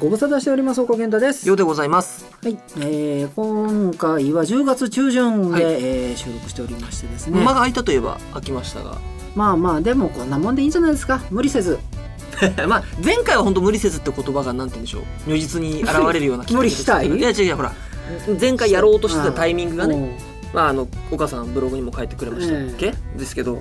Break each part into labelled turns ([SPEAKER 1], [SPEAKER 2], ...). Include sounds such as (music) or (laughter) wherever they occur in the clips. [SPEAKER 1] ご無沙汰しております岡健太です
[SPEAKER 2] ようでございます。
[SPEAKER 1] はい、えー、今回は10月中旬で、
[SPEAKER 2] はい
[SPEAKER 1] えー収録しておりましてですね
[SPEAKER 2] 間
[SPEAKER 1] ま
[SPEAKER 2] が空いたといえば空きましたが、 (laughs)
[SPEAKER 1] あまあでもこんなもんでいいんじゃないですか無理せず
[SPEAKER 2] まあ前回は本当無理せずって言葉がなんて言うんでしょう、如実に現れるような気が
[SPEAKER 1] 無理したい
[SPEAKER 2] いや違う違うほら、前回やろうとしてたタイミングがね、
[SPEAKER 1] ね、
[SPEAKER 2] まああの岡さんブログにも書いてくれましたっけ、ですけど、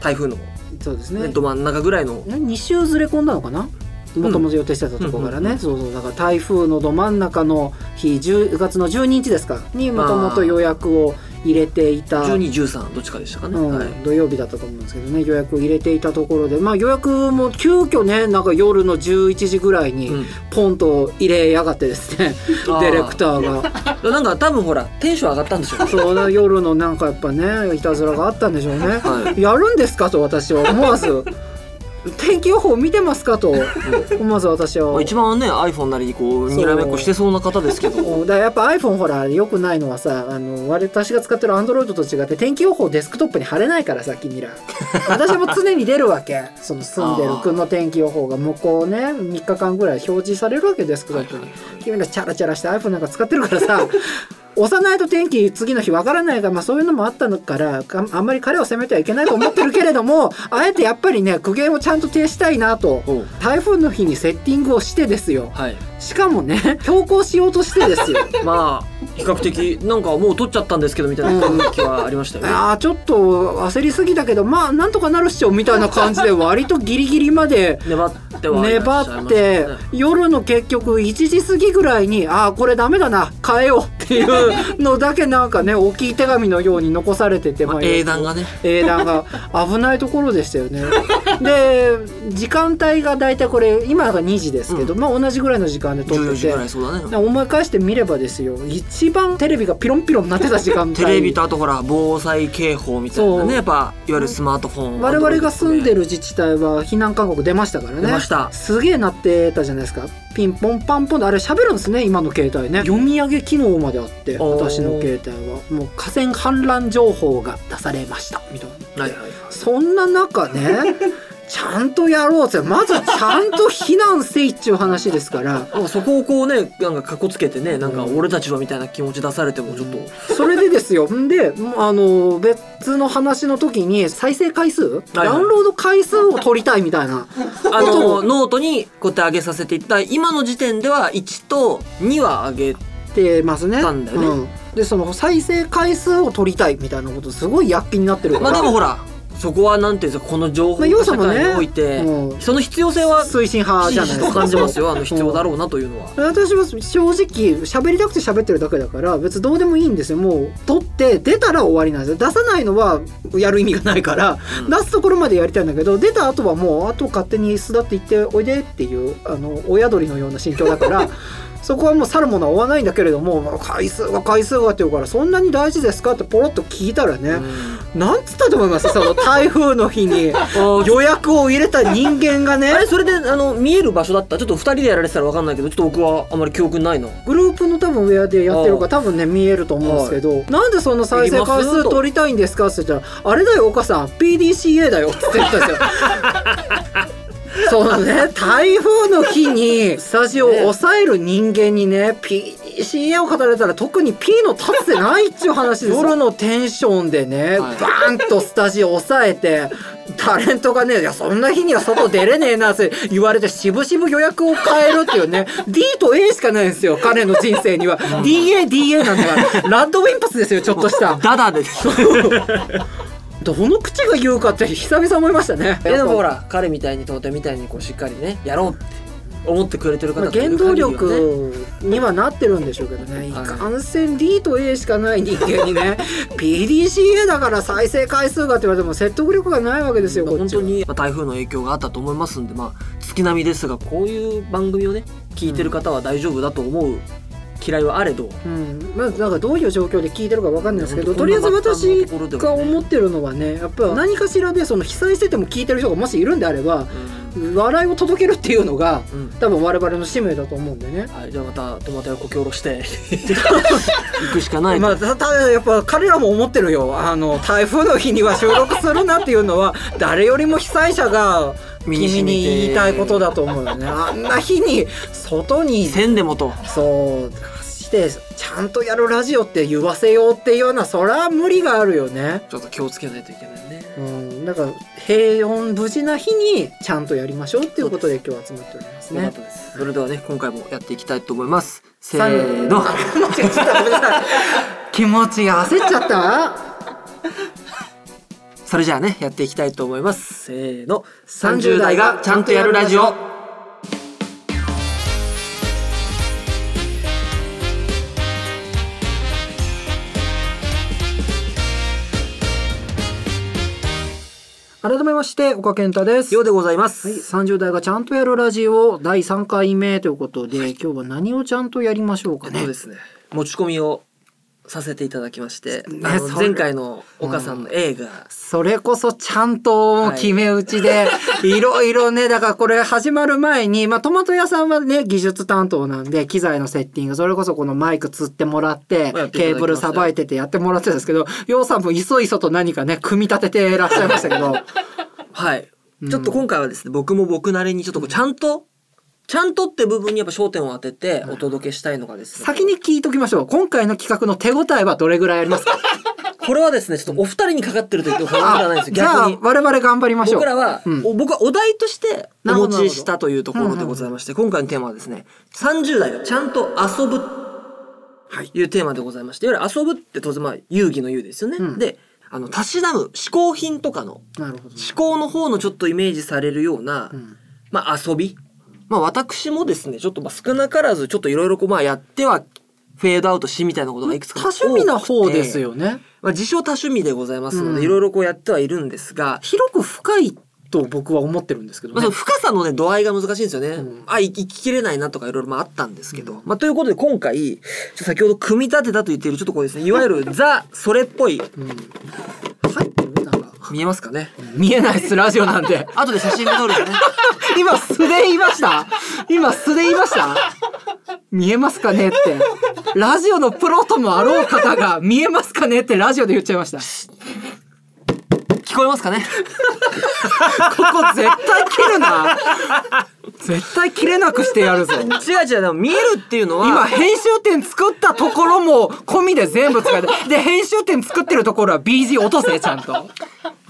[SPEAKER 2] 台風の、ね
[SPEAKER 1] うんそうですね
[SPEAKER 2] ど真ん中ぐらいの、
[SPEAKER 1] 2週ずれ込んだのかなもともと予定してたところからね、
[SPEAKER 2] うんうんうんうん
[SPEAKER 1] そうそうだから台風のど真ん中の日10月の12日ですかにもともと予約を入れていた
[SPEAKER 2] 12、13どっちかでしたかね。
[SPEAKER 1] うん
[SPEAKER 2] はい
[SPEAKER 1] 土曜日だったと思うんですけどね予約を入れていたところで、まあ、予約も急遽ねなんか夜の11時ぐらいに
[SPEAKER 2] うん
[SPEAKER 1] ポンと入れやがってですね、
[SPEAKER 2] あー
[SPEAKER 1] ディレクターが
[SPEAKER 2] なんか多分ほらテンション上がったんでし
[SPEAKER 1] (laughs)
[SPEAKER 2] ょうね。
[SPEAKER 1] そうだ夜のなんかやっぱねいたずらがあったんでしょうね、
[SPEAKER 2] は
[SPEAKER 1] やるんですかと私は思わず天気予報見てますかと思わず私は
[SPEAKER 2] まあ一番ね iPhone なりにこう
[SPEAKER 1] そう
[SPEAKER 2] にらめっこしてそうな方ですけ
[SPEAKER 1] う
[SPEAKER 2] ど
[SPEAKER 1] んだからやっぱ iPhone ほら良くないのはさあの我々私が使ってる Android と違って天気予報デスクトップに貼れないからさ
[SPEAKER 2] (laughs)
[SPEAKER 1] 君ら私も常に出るわけその住んでる君の天気予報が向こうね3日間ぐらい表示されるわけデスクトップに、
[SPEAKER 2] (laughs) はいはいはい
[SPEAKER 1] 君らチャラチャラして iPhone なんか使ってるからさ押さないと天気次の日わからないから、まあ、そういうのもあったのからああんまり彼を責めてはいけないと思ってるけれどもあえてやっぱりね苦言をちゃんと呈したいなと
[SPEAKER 2] おう
[SPEAKER 1] 台風の日にセッティングをしてですよ
[SPEAKER 2] はい
[SPEAKER 1] しかもね強行しようとしてですよ
[SPEAKER 2] まあ比較的なんかもう取っちゃったんですけどみたいな雰囲気はありましたよね。
[SPEAKER 1] あーちょっと焦りすぎたけどまあなんとかなるっしょみたいな感じで割とギリギリまで
[SPEAKER 2] 粘ってはいらっしゃいましたね
[SPEAKER 1] 粘って夜の結局1時過ぎぐらいにああこれダメだな変えようっていうのだけなんかね (laughs) 大きい手紙のように残されてて、
[SPEAKER 2] まあ、英断がね
[SPEAKER 1] 英断が危ないところでしたよ
[SPEAKER 2] (laughs)
[SPEAKER 1] ね。で時間帯が大体これ今が2時ですけど、まあ同じぐらいの時間で撮っ
[SPEAKER 2] 14
[SPEAKER 1] て
[SPEAKER 2] 時
[SPEAKER 1] て
[SPEAKER 2] ぐらいそうだね
[SPEAKER 1] 思い返してみればですよ一番テレビがピロンピロンになってた時間帯
[SPEAKER 2] (laughs) テレビとあとほら防災警報みたいな
[SPEAKER 1] そう
[SPEAKER 2] ねやっぱいわゆるスマートフォン
[SPEAKER 1] 我々が住んで
[SPEAKER 2] る
[SPEAKER 1] る自治体は避難勧告出ましたからね
[SPEAKER 2] 出ました
[SPEAKER 1] すげえなってたじゃないですかピンポンパンポンであれ喋るんですね今の携帯ね読み上げ機能まであって
[SPEAKER 2] おー
[SPEAKER 1] 私の携帯はもう河川氾濫情報が出されましたみたいな、
[SPEAKER 2] はいはい
[SPEAKER 1] そんな中ね
[SPEAKER 2] (laughs)
[SPEAKER 1] ちゃんとやろうぜまずちゃんと避難せいっちゅう話ですから
[SPEAKER 2] なんかそこをこうねなんかかっこつけてねなんか
[SPEAKER 1] うん
[SPEAKER 2] 俺たちはみたいな気持ち出されてもちょっと、
[SPEAKER 1] それでですよんでもうあの別の話の時に再生回数、
[SPEAKER 2] はい
[SPEAKER 1] ダウンロード回数を取りたいみたいな
[SPEAKER 2] あ
[SPEAKER 1] そう
[SPEAKER 2] のノートにこうやって上げさせていった今の時点では1と2は上げ
[SPEAKER 1] ってますね。
[SPEAKER 2] たんだよね
[SPEAKER 1] うんでその再生回数を取りたいみたいなことすごい躍起になってるか
[SPEAKER 2] ま
[SPEAKER 1] ら。
[SPEAKER 2] あでもほらそこはなんていうんですかこの情報
[SPEAKER 1] まあ要素
[SPEAKER 2] 社
[SPEAKER 1] もね
[SPEAKER 2] 会において、
[SPEAKER 1] うん
[SPEAKER 2] その必要性は
[SPEAKER 1] 推進派じゃないですか。
[SPEAKER 2] 感
[SPEAKER 1] (laughs)
[SPEAKER 2] じますよあの必要だろうなというのは。
[SPEAKER 1] 私は正直喋りたくて喋ってるだけだから別にどうでもいいんですよもう取って出たら終わりなんですよ出さないのはやる意味がないから、
[SPEAKER 2] うん
[SPEAKER 1] 出すところまでやりたいんだけど出た後はもうあと勝手に巣立って行っておいでっていうあの親鳥のような心境だから (laughs) そこはもう去るものは追わないんだけれども回数は回数はって言うからそんなに大事ですかってポロッと聞いたらね、
[SPEAKER 2] うん
[SPEAKER 1] なんつったと思いますその台風の日 (laughs) に予約を入れた人間がね
[SPEAKER 2] あれそれであの見える場所だったちょっと2人でやられてたら分かんないけどちょっと僕はあまり記憶にないな
[SPEAKER 1] グループの多分ウェアでやってるから多分ね見えると思うんですけど、なんでそんな再生回数取りたいんですかって言ったら「あれだよ岡さん PDCA だよ」って言ったんです (laughs) よ。そのね台風の日にスタジオを抑える人間にね PDCA を語られたら特に P の立つてないっちゅう話ですよ夜のテンションでね、
[SPEAKER 2] はい
[SPEAKER 1] バーンとスタジオを抑えてタレントがね「いやそんな日には外出れねえな」って言われて渋々予約を変えるっていうね D と A しかないんですよ彼の人生には DADA なんだからラッドウィンパスですよちょっとした。
[SPEAKER 2] ダダです
[SPEAKER 1] どの口が言うかって久々思いましたね。
[SPEAKER 2] (laughs) えでもほら彼みたいに東天みたいにこうしっかりねやろうって思ってくれてる
[SPEAKER 1] ま
[SPEAKER 2] 方
[SPEAKER 1] あ、
[SPEAKER 2] ってい
[SPEAKER 1] 原
[SPEAKER 2] る
[SPEAKER 1] 動
[SPEAKER 2] 限りはね
[SPEAKER 1] 力にはなってるんでしょうけどね、い
[SPEAKER 2] はい
[SPEAKER 1] かんせん D と A しかない人間に
[SPEAKER 2] (laughs)
[SPEAKER 1] ね PDCA だから再生回数がって言われても説得力がないわけですよ、こ
[SPEAKER 2] 本
[SPEAKER 1] っちは
[SPEAKER 2] 当にまあ台風の影響があったと思いますんでまあ月並みですがこういう番組をね聞いてる方は大丈夫だと思う嫌いはあれど
[SPEAKER 1] うん、まあなんかどういう状況で聞いてるかわかんないですけど、
[SPEAKER 2] いや
[SPEAKER 1] とりあえず
[SPEAKER 2] 本当
[SPEAKER 1] 私
[SPEAKER 2] こんな末端のところで
[SPEAKER 1] が
[SPEAKER 2] はね
[SPEAKER 1] 思ってるのはねやっぱ何かしらでその被災してても聞いてる人がもしいるんであれば笑いを届けるっていうのが
[SPEAKER 2] うん、うん
[SPEAKER 1] 多分我々の使命だと思うんでね。
[SPEAKER 2] はい、じゃあまたトマトをこき下ろし
[SPEAKER 1] (laughs)
[SPEAKER 2] て (laughs) 行くしかないと
[SPEAKER 1] まあ、たただやっぱ彼らも思ってる
[SPEAKER 2] (laughs)
[SPEAKER 1] よあの台風の日には収録するなっていうのは誰よりも被災者が
[SPEAKER 2] 身
[SPEAKER 1] 君に
[SPEAKER 2] て
[SPEAKER 1] 言いたいことだと思うよねあんな日に外に
[SPEAKER 2] せんでもと
[SPEAKER 1] そうしてちゃんとやるラジオって言わせようっていうようなそりゃ無理があるよね。
[SPEAKER 2] ちょっと気をつけないといけないね
[SPEAKER 1] うん、だから平穏無事な日にちゃんとやりましょうっていうことで今日集まっております
[SPEAKER 2] よかっ
[SPEAKER 1] ね。
[SPEAKER 2] たですそれではね今回もやっていきたいと思いますせーの
[SPEAKER 1] あ間違えちゃったごめんなさい (laughs) 気持ちが焦っちゃった
[SPEAKER 2] それじゃあねやっていきたいと思いますせーの30代がちゃんとやるラジオ
[SPEAKER 1] (laughs) 改めまして岡健太です
[SPEAKER 2] ようでございます、
[SPEAKER 1] 30代がちゃんとやるラジオ第3回目ということで、今日は何をちゃんとやりましょうか
[SPEAKER 2] えっ
[SPEAKER 1] ね
[SPEAKER 2] とですね持ち込みをさせていただきまして、
[SPEAKER 1] ね
[SPEAKER 2] あの
[SPEAKER 1] それ
[SPEAKER 2] 前回の岡さんの映画、
[SPEAKER 1] それこそちゃんと決め打ちで、い、ろいろね、だからこれ始まる前に、まあトマト屋さんはね、技術担当なんで、機材のセッティング、それこそこのマイク釣ってもらって
[SPEAKER 2] まあやっ、ていただきました
[SPEAKER 1] ケーブルさばいててやってもらってたんですけど、ようさんもいそいそと何かね、組み立ててらっしゃいましたけ
[SPEAKER 2] (laughs)
[SPEAKER 1] ど、
[SPEAKER 2] はい、
[SPEAKER 1] うん
[SPEAKER 2] ちょっと今回はですね僕も僕なりにちょっとこうちゃんと、ちゃんとって部分にやっぱ焦点を当ててお届けしたいのがですね、
[SPEAKER 1] 先に聞いときましょう。今回の企画の手応えはどれぐらいあります
[SPEAKER 2] (laughs)
[SPEAKER 1] か
[SPEAKER 2] これはですねちょっとお二人にかかってると言っても過言ではないんですよ
[SPEAKER 1] じゃ
[SPEAKER 2] 逆
[SPEAKER 1] あ
[SPEAKER 2] に、
[SPEAKER 1] 我々頑張りましょう。
[SPEAKER 2] 僕らは、
[SPEAKER 1] うん
[SPEAKER 2] お僕はお題としてお
[SPEAKER 1] なるほどな
[SPEAKER 2] 持
[SPEAKER 1] る
[SPEAKER 2] ち
[SPEAKER 1] ほど
[SPEAKER 2] したというところでございまして今回のテーマはですね30代をちゃんと遊ぶというテーマでございましていわゆる遊ぶって当然まあ遊戯の遊ですよね、
[SPEAKER 1] うん
[SPEAKER 2] であのたしなむ嗜好品とかの
[SPEAKER 1] なるほど。
[SPEAKER 2] 嗜好の方のちょっとイメージされるような、
[SPEAKER 1] うん
[SPEAKER 2] まあ、遊び、まあ、私もですねちょっとまあ少なからずちょっといろいろこうまあやってはフェードアウトしみたいなことがいくつか
[SPEAKER 1] 多趣味な方です、よね。
[SPEAKER 2] まあ、自称多趣味でございますの
[SPEAKER 1] う
[SPEAKER 2] で
[SPEAKER 1] ん
[SPEAKER 2] いろいろこうやってはいるんですが、
[SPEAKER 1] 広く深いと僕は思ってるんですけど
[SPEAKER 2] まあ、
[SPEAKER 1] ね。
[SPEAKER 2] その深さのね度合いが難しいんですよね、
[SPEAKER 1] うん
[SPEAKER 2] あい行ききれないなとかいろいろまああったんですけど、
[SPEAKER 1] うん
[SPEAKER 2] まあ、ということで今回ちょっと先ほど組み立てたと言っているちょっとこう (laughs) ですねいわゆるザそれっぽい
[SPEAKER 1] うん、入ってるなんか
[SPEAKER 2] 見えますか (laughs) ね
[SPEAKER 1] 見えないですラジオなんで
[SPEAKER 2] 後で写真が撮るよね
[SPEAKER 1] (laughs) 今素で言いました今素で言いました見えますかねってラジオのプロともあろう方が見えますかねってラジオで言っちゃいました
[SPEAKER 2] 聞こえますかね
[SPEAKER 1] ここ絶対切るな絶対切れなくしてやるぞ
[SPEAKER 2] 違う違うでも見えるっていうのは
[SPEAKER 1] 今編集点作ったところも込みで全部使えてで編集点作ってるところは BG 落とせちゃんと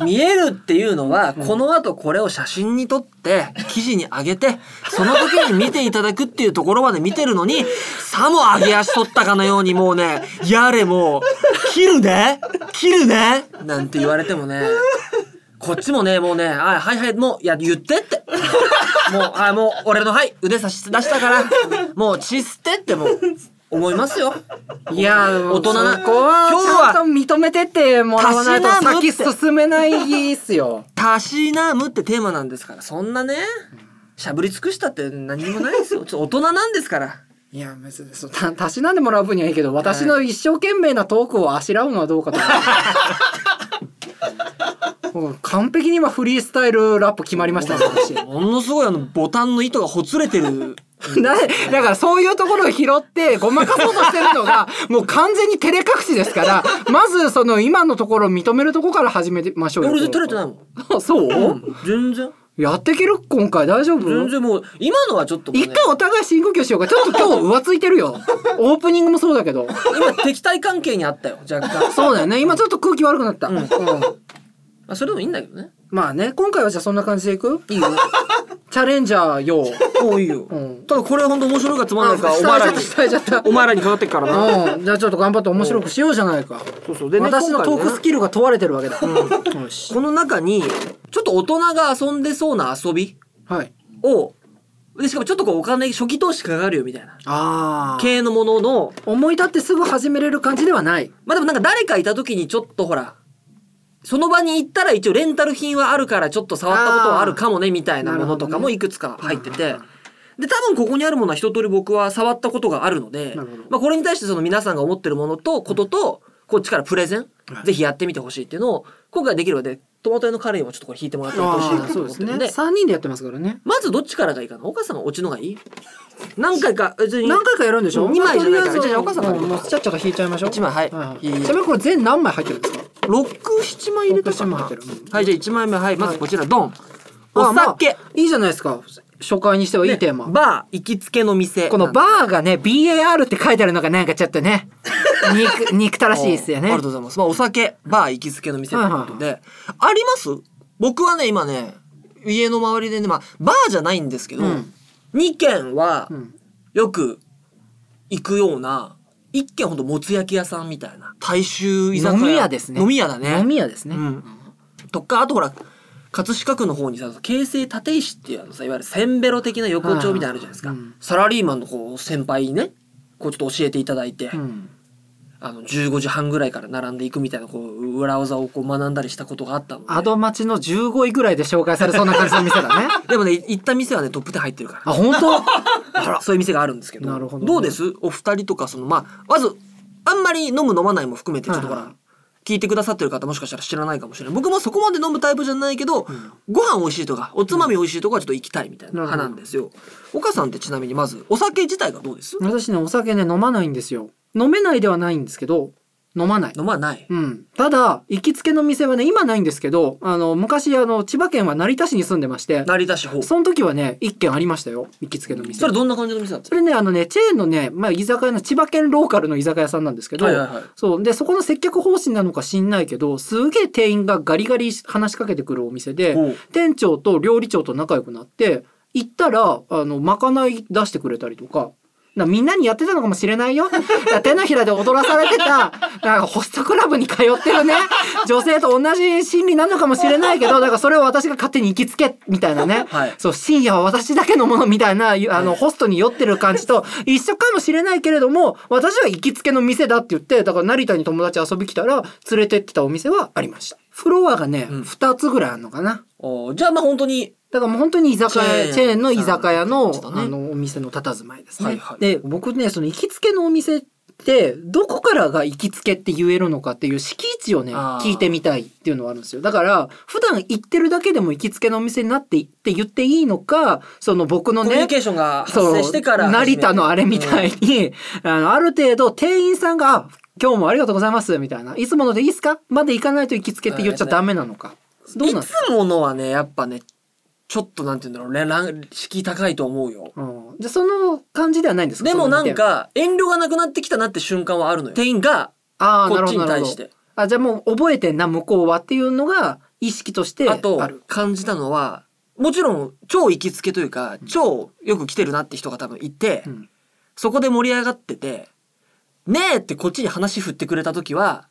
[SPEAKER 2] 見えるっていうのは、この後これを写真に撮って、記事に上げて、その時に見ていただくっていうところまで見てるのに、さも上げ足取ったかのようにもうね、やれもう、切るね切るねなんて言われてもね、こっちもね、もうね、あはいはい、もう、いや、言ってって。もう、あもう、俺の、はい、腕差し出したから、もう、血捨てってもう、思いますよ。
[SPEAKER 1] いやー
[SPEAKER 2] 大人な
[SPEAKER 1] そこは
[SPEAKER 2] 今日は
[SPEAKER 1] ちゃんと認めてってもらわないと
[SPEAKER 2] たしなむって
[SPEAKER 1] 先進めないっすよ。
[SPEAKER 2] たしなむってテーマなんですから、そんなね、しゃぶり尽くしたって何にもないですよ。 (laughs) ちょっと大人なんですから。
[SPEAKER 1] いや別にそうたたしなんでもらう分にはいいけど私の一生懸命なトークをあしらうのはどうかと
[SPEAKER 2] (laughs)
[SPEAKER 1] 思うもう完璧に今フリースタイルラップ決まりましたね私
[SPEAKER 2] ものすごいあの、ボタンの糸がほつれてる。
[SPEAKER 1] なだからそういうところを拾ってごまかそうとしてるの
[SPEAKER 2] (laughs)
[SPEAKER 1] がもう完全に照れ隠しですからまずその今のところを認めるところから始めましょうよ
[SPEAKER 2] 俺全然取れてないもん。
[SPEAKER 1] あそう、
[SPEAKER 2] 全然。
[SPEAKER 1] やっていける今回大丈夫
[SPEAKER 2] 全然もう、今のはちょっともう
[SPEAKER 1] 一
[SPEAKER 2] ね、
[SPEAKER 1] 回お互い深呼吸しようか。ちょっと今日浮ついてる
[SPEAKER 2] (laughs)
[SPEAKER 1] よ。オープニングもそうだけど。
[SPEAKER 2] 今敵対関係にあったよ、若
[SPEAKER 1] (laughs)
[SPEAKER 2] 干。
[SPEAKER 1] そうだよね。今ちょっと空気悪くなった。
[SPEAKER 2] うん
[SPEAKER 1] うん
[SPEAKER 2] まあ、それでもいいんだけどね。
[SPEAKER 1] まあね、今回はじゃあそんな感じでいく
[SPEAKER 2] い (laughs) いよ。
[SPEAKER 1] チャレンジャーよ。
[SPEAKER 2] もういいよ。
[SPEAKER 1] うん。
[SPEAKER 2] ただこれ本当面白いかつまんないか、お
[SPEAKER 1] 伝
[SPEAKER 2] 前
[SPEAKER 1] えちゃ
[SPEAKER 2] ら
[SPEAKER 1] っ
[SPEAKER 2] に
[SPEAKER 1] た、、伝えちゃった。
[SPEAKER 2] お前らにかかってっからな。
[SPEAKER 1] うん、じゃあちょっと頑張って面白くしようじゃないか。
[SPEAKER 2] そうそう。でね、
[SPEAKER 1] 私のトーク
[SPEAKER 2] 今回ね
[SPEAKER 1] スキルが問われてるわけだ。よし。
[SPEAKER 2] この中に、ちょっと大人が遊んでそうな遊び
[SPEAKER 1] はい。
[SPEAKER 2] を、で、しかもちょっとこうお金、初期投資かかるよみたいな。
[SPEAKER 1] ああ。
[SPEAKER 2] 系のものの、
[SPEAKER 1] 思い立ってすぐ始めれる感じではない。
[SPEAKER 2] まあでもなんか誰かいた時にちょっとほら、その場に行ったら一応レンタル品はあるからちょっと触ったことはあるかもねみたいなものとかもいくつか入ってて、で、多分ここにあるものは一通り僕は触ったことがあるので
[SPEAKER 1] なるほど、
[SPEAKER 2] まあこれに対してその皆さんが思ってるものと、ことと、こっちからプレゼン
[SPEAKER 1] は、い
[SPEAKER 2] ぜひやってみてほしいっていうのを、今回できるので、トマト屋のカレーもちょっとこれ引いてもらってほしい
[SPEAKER 1] あ
[SPEAKER 2] な
[SPEAKER 1] あ、
[SPEAKER 2] と
[SPEAKER 1] そう
[SPEAKER 2] 思
[SPEAKER 1] で
[SPEAKER 2] っ
[SPEAKER 1] す
[SPEAKER 2] てる
[SPEAKER 1] ね。
[SPEAKER 2] んで、
[SPEAKER 1] 3人でやってますからね。
[SPEAKER 2] まずどっちからがいいかな岡さんはオチのがいい何回か、別に。
[SPEAKER 1] 何回かやるんでしょ
[SPEAKER 2] うん二枚じゃないから
[SPEAKER 1] とりあえず
[SPEAKER 2] じゃあお母さんから
[SPEAKER 1] もうちゃっちゃが引いちゃいましょう。
[SPEAKER 2] 一枚はい
[SPEAKER 1] ち
[SPEAKER 2] いい
[SPEAKER 1] な
[SPEAKER 2] よ
[SPEAKER 1] みにこれ全何枚入ってるんですか
[SPEAKER 2] 6、7枚入れたか
[SPEAKER 1] 6 7枚入
[SPEAKER 2] な
[SPEAKER 1] ってる。
[SPEAKER 2] はい、じゃあ1枚目、はい、まずこちら、ドン。お酒、
[SPEAKER 1] あまあいいじゃないですか初回にしてはいいテーマ、
[SPEAKER 2] バー行きつけの店
[SPEAKER 1] このバーがね BAR って書いてあるのがなんかちょっと (laughs) ね憎憎たらしいですよね
[SPEAKER 2] ありがとうございます。まあ、お酒、バー、行きつけの店ということで、あります僕はね、今ね、家の周りでね、まあ、バーじゃないんですけど、
[SPEAKER 1] うん
[SPEAKER 2] 二2軒は
[SPEAKER 1] うん
[SPEAKER 2] よく行くような、1軒ほんともつ焼き屋さんみたいな、大衆居酒屋。
[SPEAKER 1] 飲み屋ですね
[SPEAKER 2] 飲み屋だね。
[SPEAKER 1] 飲み屋ですね、
[SPEAKER 2] うん。とか、あとほら、葛飾区の方にさ、京成立石っていうあのさ、いわゆるせんべろ的な横丁みたいなのあるじゃないですか。
[SPEAKER 1] はいはいうん
[SPEAKER 2] サラリーマンのこう先輩にね、こうちょっと教えていただいて、
[SPEAKER 1] うん
[SPEAKER 2] あの15時半ぐらいから並んでいくみたいなこう裏技をこう学んだりしたことがあったの
[SPEAKER 1] ア
[SPEAKER 2] で
[SPEAKER 1] ドマチの15位ぐらいで紹介されそうな感じの店だね
[SPEAKER 2] でもね行った店はねトップ10入ってるか
[SPEAKER 1] (laughs) あ本当
[SPEAKER 2] らそういう店があるんですけど
[SPEAKER 1] なるほど
[SPEAKER 2] うですお二人とかその、まあ、まずあんまり飲む飲まないも含めてちょっとほ
[SPEAKER 1] はい
[SPEAKER 2] ら
[SPEAKER 1] は
[SPEAKER 2] 聞いてくださってる方もしかしたら知らないかもしれない僕もそこまで飲むタイプじゃないけど、ご飯美味しいとかおつまみ美味しいとかはちょっと行きたいみたいな派なんですよ岡さんってちなみにまずお酒自体がどうです
[SPEAKER 1] 私ねお酒ね飲まないんですよ飲めないではないんですけど飲まない
[SPEAKER 2] 飲まない
[SPEAKER 1] うん、ただ行きつけの店はね今ないんですけどあの昔あの千葉県は成田市に住んでまして
[SPEAKER 2] 成田市方
[SPEAKER 1] その時はね一軒ありましたよ行きつけの店
[SPEAKER 2] それどんな感じの店なんです
[SPEAKER 1] それねあのねチェーンのね、まあ、居酒屋の千葉県ローカルの居酒屋さんなんですけ
[SPEAKER 2] か
[SPEAKER 1] ど、
[SPEAKER 2] はいはいはい
[SPEAKER 1] そうでそこの接客方針なのか知んないけどすげえ店員がガリガリ話しかけてくるお店で
[SPEAKER 2] ほう
[SPEAKER 1] 店長と料理長と仲良くなって行ったらあのまかない出してくれたりとか。なみんなにやってたのかもしれないよ。 (laughs) 手のひらで踊らされてた、なんかホストクラブに通ってるね、女性と同じ心理なのかもしれないけど、だからそれを私が勝手に行きつけ、みたいなね。
[SPEAKER 2] はい
[SPEAKER 1] そう、深夜は私だけのものみたいな、あの、
[SPEAKER 2] はい
[SPEAKER 1] ホストに酔ってる感じと一緒かもしれないけれども、私は行きつけの店だって言って、だから成田に友達遊び来たら、連れてってたお店はありました。フロアがね、
[SPEAKER 2] うん
[SPEAKER 1] 2つぐらいあるのかな。
[SPEAKER 2] おじゃあまあ本当に
[SPEAKER 1] だからもう本当に居酒
[SPEAKER 2] チェー
[SPEAKER 1] 屋、
[SPEAKER 2] ン
[SPEAKER 1] チェーンの居酒屋の、
[SPEAKER 2] そうだね
[SPEAKER 1] あの、お店の佇まいですね。
[SPEAKER 2] はいはい
[SPEAKER 1] で、僕ね、その行きつけのお店って、どこからが行きつけって言えるのかっていう敷地をね、
[SPEAKER 2] あー
[SPEAKER 1] 聞いてみたいっていうのはあるんですよ。だから、普段行ってるだけでも行きつけのお店になっていって言っていいのか、その僕の
[SPEAKER 2] コミュニ
[SPEAKER 1] ね、
[SPEAKER 2] ケーションが発
[SPEAKER 1] そ
[SPEAKER 2] 生
[SPEAKER 1] う
[SPEAKER 2] してから
[SPEAKER 1] 成田のあれみた
[SPEAKER 2] い
[SPEAKER 1] いに、 (laughs) あのある程度店員さんがあ「今日もありがとうございます」みたいな「いつものでいいですか?」まで行かないと行きつけって言っちゃダメなのか。どうなん
[SPEAKER 2] い
[SPEAKER 1] です
[SPEAKER 2] つものはねやっぱねちょっとなんて言うんだろうねラン敷居高いと思うよ
[SPEAKER 1] うんじゃあその感じではないんですか
[SPEAKER 2] でもなん
[SPEAKER 1] その
[SPEAKER 2] か遠慮がなくなってきたなって瞬間はあるのよ店員が
[SPEAKER 1] あーな
[SPEAKER 2] こ
[SPEAKER 1] る
[SPEAKER 2] っ
[SPEAKER 1] ほ
[SPEAKER 2] ち
[SPEAKER 1] ど
[SPEAKER 2] に
[SPEAKER 1] なる
[SPEAKER 2] 対
[SPEAKER 1] ほ
[SPEAKER 2] し
[SPEAKER 1] ど
[SPEAKER 2] て
[SPEAKER 1] あじゃあもう覚えてんな向こうはっていうのが意識として
[SPEAKER 2] あと
[SPEAKER 1] ある
[SPEAKER 2] 感じたのはもちろん超行きつけというか超よく来てるなって人が多分いて
[SPEAKER 1] うん
[SPEAKER 2] そこで盛り上がってて「ねえ!」ってこっちに話振ってくれた時は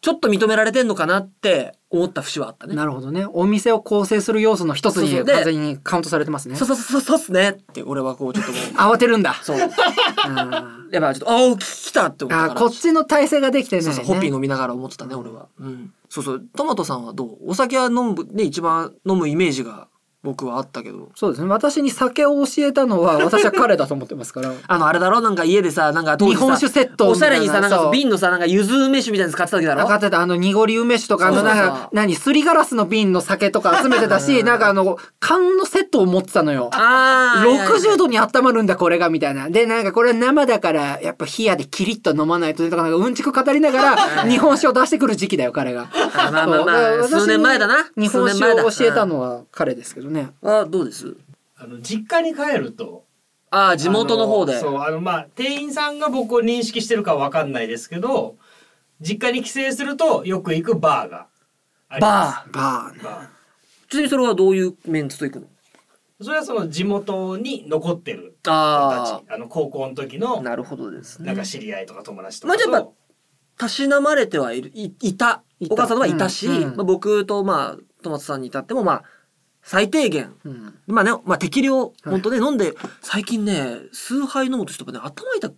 [SPEAKER 2] ちょっと認められてんのかなって思った節はあったね。
[SPEAKER 1] なるほどねお店を構成する要素の一つ
[SPEAKER 2] そうそ
[SPEAKER 1] に
[SPEAKER 2] うで
[SPEAKER 1] 完全にカウントされてますね
[SPEAKER 2] そうそうそうそうっすねって俺はこうちょっともう
[SPEAKER 1] 慌てるんだ
[SPEAKER 2] そう
[SPEAKER 1] うん
[SPEAKER 2] やっぱちょっと、あお、来たって思った
[SPEAKER 1] あ
[SPEAKER 2] から。
[SPEAKER 1] ーこっちの体勢ができてない
[SPEAKER 2] そう
[SPEAKER 1] ね
[SPEAKER 2] そう、ホッピー飲みながら思ってたね、俺は。うん。そうそう、トマトさんはどうお酒は飲む、ね、一番飲むイメージが僕はあったけど。
[SPEAKER 1] そうですね私に酒を教えたの
[SPEAKER 2] (laughs)
[SPEAKER 1] は私は彼だと思ってますから
[SPEAKER 2] あの、あれだろなんか家でさ、なんか当時
[SPEAKER 1] 日
[SPEAKER 2] さ
[SPEAKER 1] 本酒セット
[SPEAKER 2] おしゃれにさ、なんか
[SPEAKER 1] そう
[SPEAKER 2] 瓶のさ、なんかゆず梅酒みたいなの使ってた時だ
[SPEAKER 1] 分か
[SPEAKER 2] ろ
[SPEAKER 1] ってたあの濁り梅酒とかあの
[SPEAKER 2] そうそう
[SPEAKER 1] な
[SPEAKER 2] そうん
[SPEAKER 1] か何すりガラスの瓶の酒とか集めてた
[SPEAKER 2] う
[SPEAKER 1] し
[SPEAKER 2] ん
[SPEAKER 1] なんかあの缶のセットを持ってたのよ
[SPEAKER 2] あ
[SPEAKER 1] 60度に温まるんだこれがみたいなでなんかこれ生だからやっぱ冷やでキリッと飲まないとねとかなんかうんちく語りながら
[SPEAKER 2] (laughs)
[SPEAKER 1] 日本酒を出してくる時期だよ彼が
[SPEAKER 2] あまあまあまあ
[SPEAKER 1] そう
[SPEAKER 2] 数年前だな
[SPEAKER 1] 私に日本
[SPEAKER 2] 数年前
[SPEAKER 1] 酒
[SPEAKER 2] だ
[SPEAKER 1] を教えたのは彼ですけどね
[SPEAKER 2] あ、どうです
[SPEAKER 3] あの実家に帰ると
[SPEAKER 2] あー、地元の方
[SPEAKER 3] あ
[SPEAKER 2] で。
[SPEAKER 3] そうあのまあ店員さんが僕を認識してるかわかんないですけど実家に帰省するとよく行くバーがありま
[SPEAKER 2] バ
[SPEAKER 3] す
[SPEAKER 2] ー。
[SPEAKER 1] バーね
[SPEAKER 3] バ
[SPEAKER 2] ちなみにそれはどういうメンツと行くの
[SPEAKER 3] ーそれはその地元に残ってる人た
[SPEAKER 2] あ
[SPEAKER 3] ちあの高校の時
[SPEAKER 2] あ。
[SPEAKER 3] の
[SPEAKER 2] なるほどですね。
[SPEAKER 3] なんか知り合いとか友達と
[SPEAKER 2] ま
[SPEAKER 3] か
[SPEAKER 2] あじゃ
[SPEAKER 3] と、
[SPEAKER 2] あやったしなまれてはいるいいた
[SPEAKER 1] いた
[SPEAKER 2] お母さんのはいたし、
[SPEAKER 1] うんうん
[SPEAKER 2] まあ、僕とまあトマトさんに至ってもまあ最低限
[SPEAKER 1] うん
[SPEAKER 2] まあね、まあ、適量本当ね、飲んで最近ね数杯飲むとちょっとね頭痛く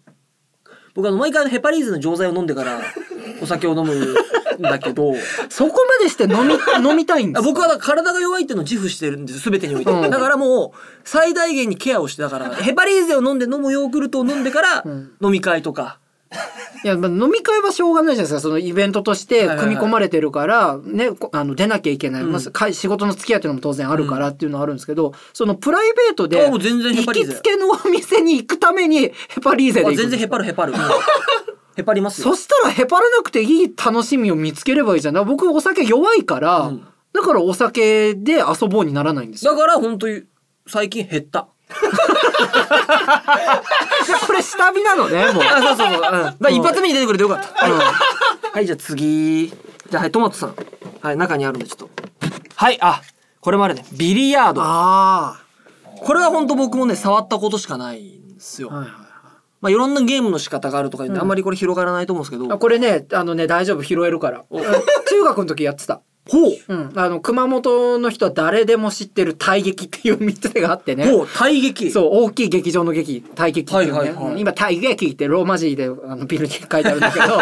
[SPEAKER 2] 僕あの毎回あのヘパリーズの錠剤を飲んでから (laughs) お酒を飲むんだ
[SPEAKER 1] (laughs)
[SPEAKER 2] けど
[SPEAKER 1] そこまでして飲
[SPEAKER 2] (laughs)
[SPEAKER 1] み飲みたいんで
[SPEAKER 2] あ
[SPEAKER 1] すか
[SPEAKER 2] 僕はだから体が弱いっていうのを自負してるんです全てにおいて、
[SPEAKER 1] うん
[SPEAKER 2] だからもう最大限にケアをして
[SPEAKER 1] (laughs)
[SPEAKER 2] だからヘパリーゼを飲んで飲むヨーグルトを飲んでから
[SPEAKER 1] うん
[SPEAKER 2] 飲み会とか、
[SPEAKER 1] いや、まあ、飲み会はしょうがないじゃないですか。そのイベントとして
[SPEAKER 2] はいはい
[SPEAKER 1] 組み込まれてるから、ね、こあの、出なきゃいけない。
[SPEAKER 2] うん
[SPEAKER 1] まあか仕事の付き合いというのも当然あるからっていうのはあるんですけど、そのプライベートで、
[SPEAKER 2] あもう全然ヘ
[SPEAKER 1] 行
[SPEAKER 2] パリー
[SPEAKER 1] き
[SPEAKER 2] ゼ
[SPEAKER 1] つけのお店に行くために (laughs) ヘパリーゼで行
[SPEAKER 2] あ
[SPEAKER 1] く。
[SPEAKER 2] 全然ヘパる
[SPEAKER 1] (laughs)
[SPEAKER 2] ヘパる、うんヘパります
[SPEAKER 1] そ
[SPEAKER 2] よ
[SPEAKER 1] したらヘパらなくていい楽しみを見つければいいじゃん。だから僕お酒弱いから、
[SPEAKER 2] うん
[SPEAKER 1] だからお酒で遊ぼうにならないん
[SPEAKER 2] (laughs)
[SPEAKER 1] ですよ。
[SPEAKER 2] だから本当に最近減った。
[SPEAKER 1] これ下火なの (laughs) ね、もう。
[SPEAKER 2] あ、そうそう (laughs) そう。うん、だから一発目に出てくれてよかった。うんはい、じゃあ次。じゃあはい、トマトさん。はい、中にあるんでちょっと。はい、あ、これもあるね。ビリヤード。
[SPEAKER 1] あ
[SPEAKER 2] これは本当僕もね、触ったことしかないんですよ。
[SPEAKER 1] あ。はいはい
[SPEAKER 2] まあいろんなゲームの仕方があるとか言って、あんまりこれ広がらないと思うんですけど。
[SPEAKER 1] あこれね、あのね、大丈夫、拾えるから。うん (laughs) 中学の時やってた。
[SPEAKER 2] ほう
[SPEAKER 1] うん。あの、熊本の人は誰でも知ってる大劇っていう店があってね。
[SPEAKER 2] ほう、退撃。
[SPEAKER 1] そう、大きい劇場の劇、大劇っていうね。
[SPEAKER 2] はいはいはい
[SPEAKER 1] うん今、大劇ってローマ字であのビルに書いてあるんだけ
[SPEAKER 2] (laughs)
[SPEAKER 1] ど、う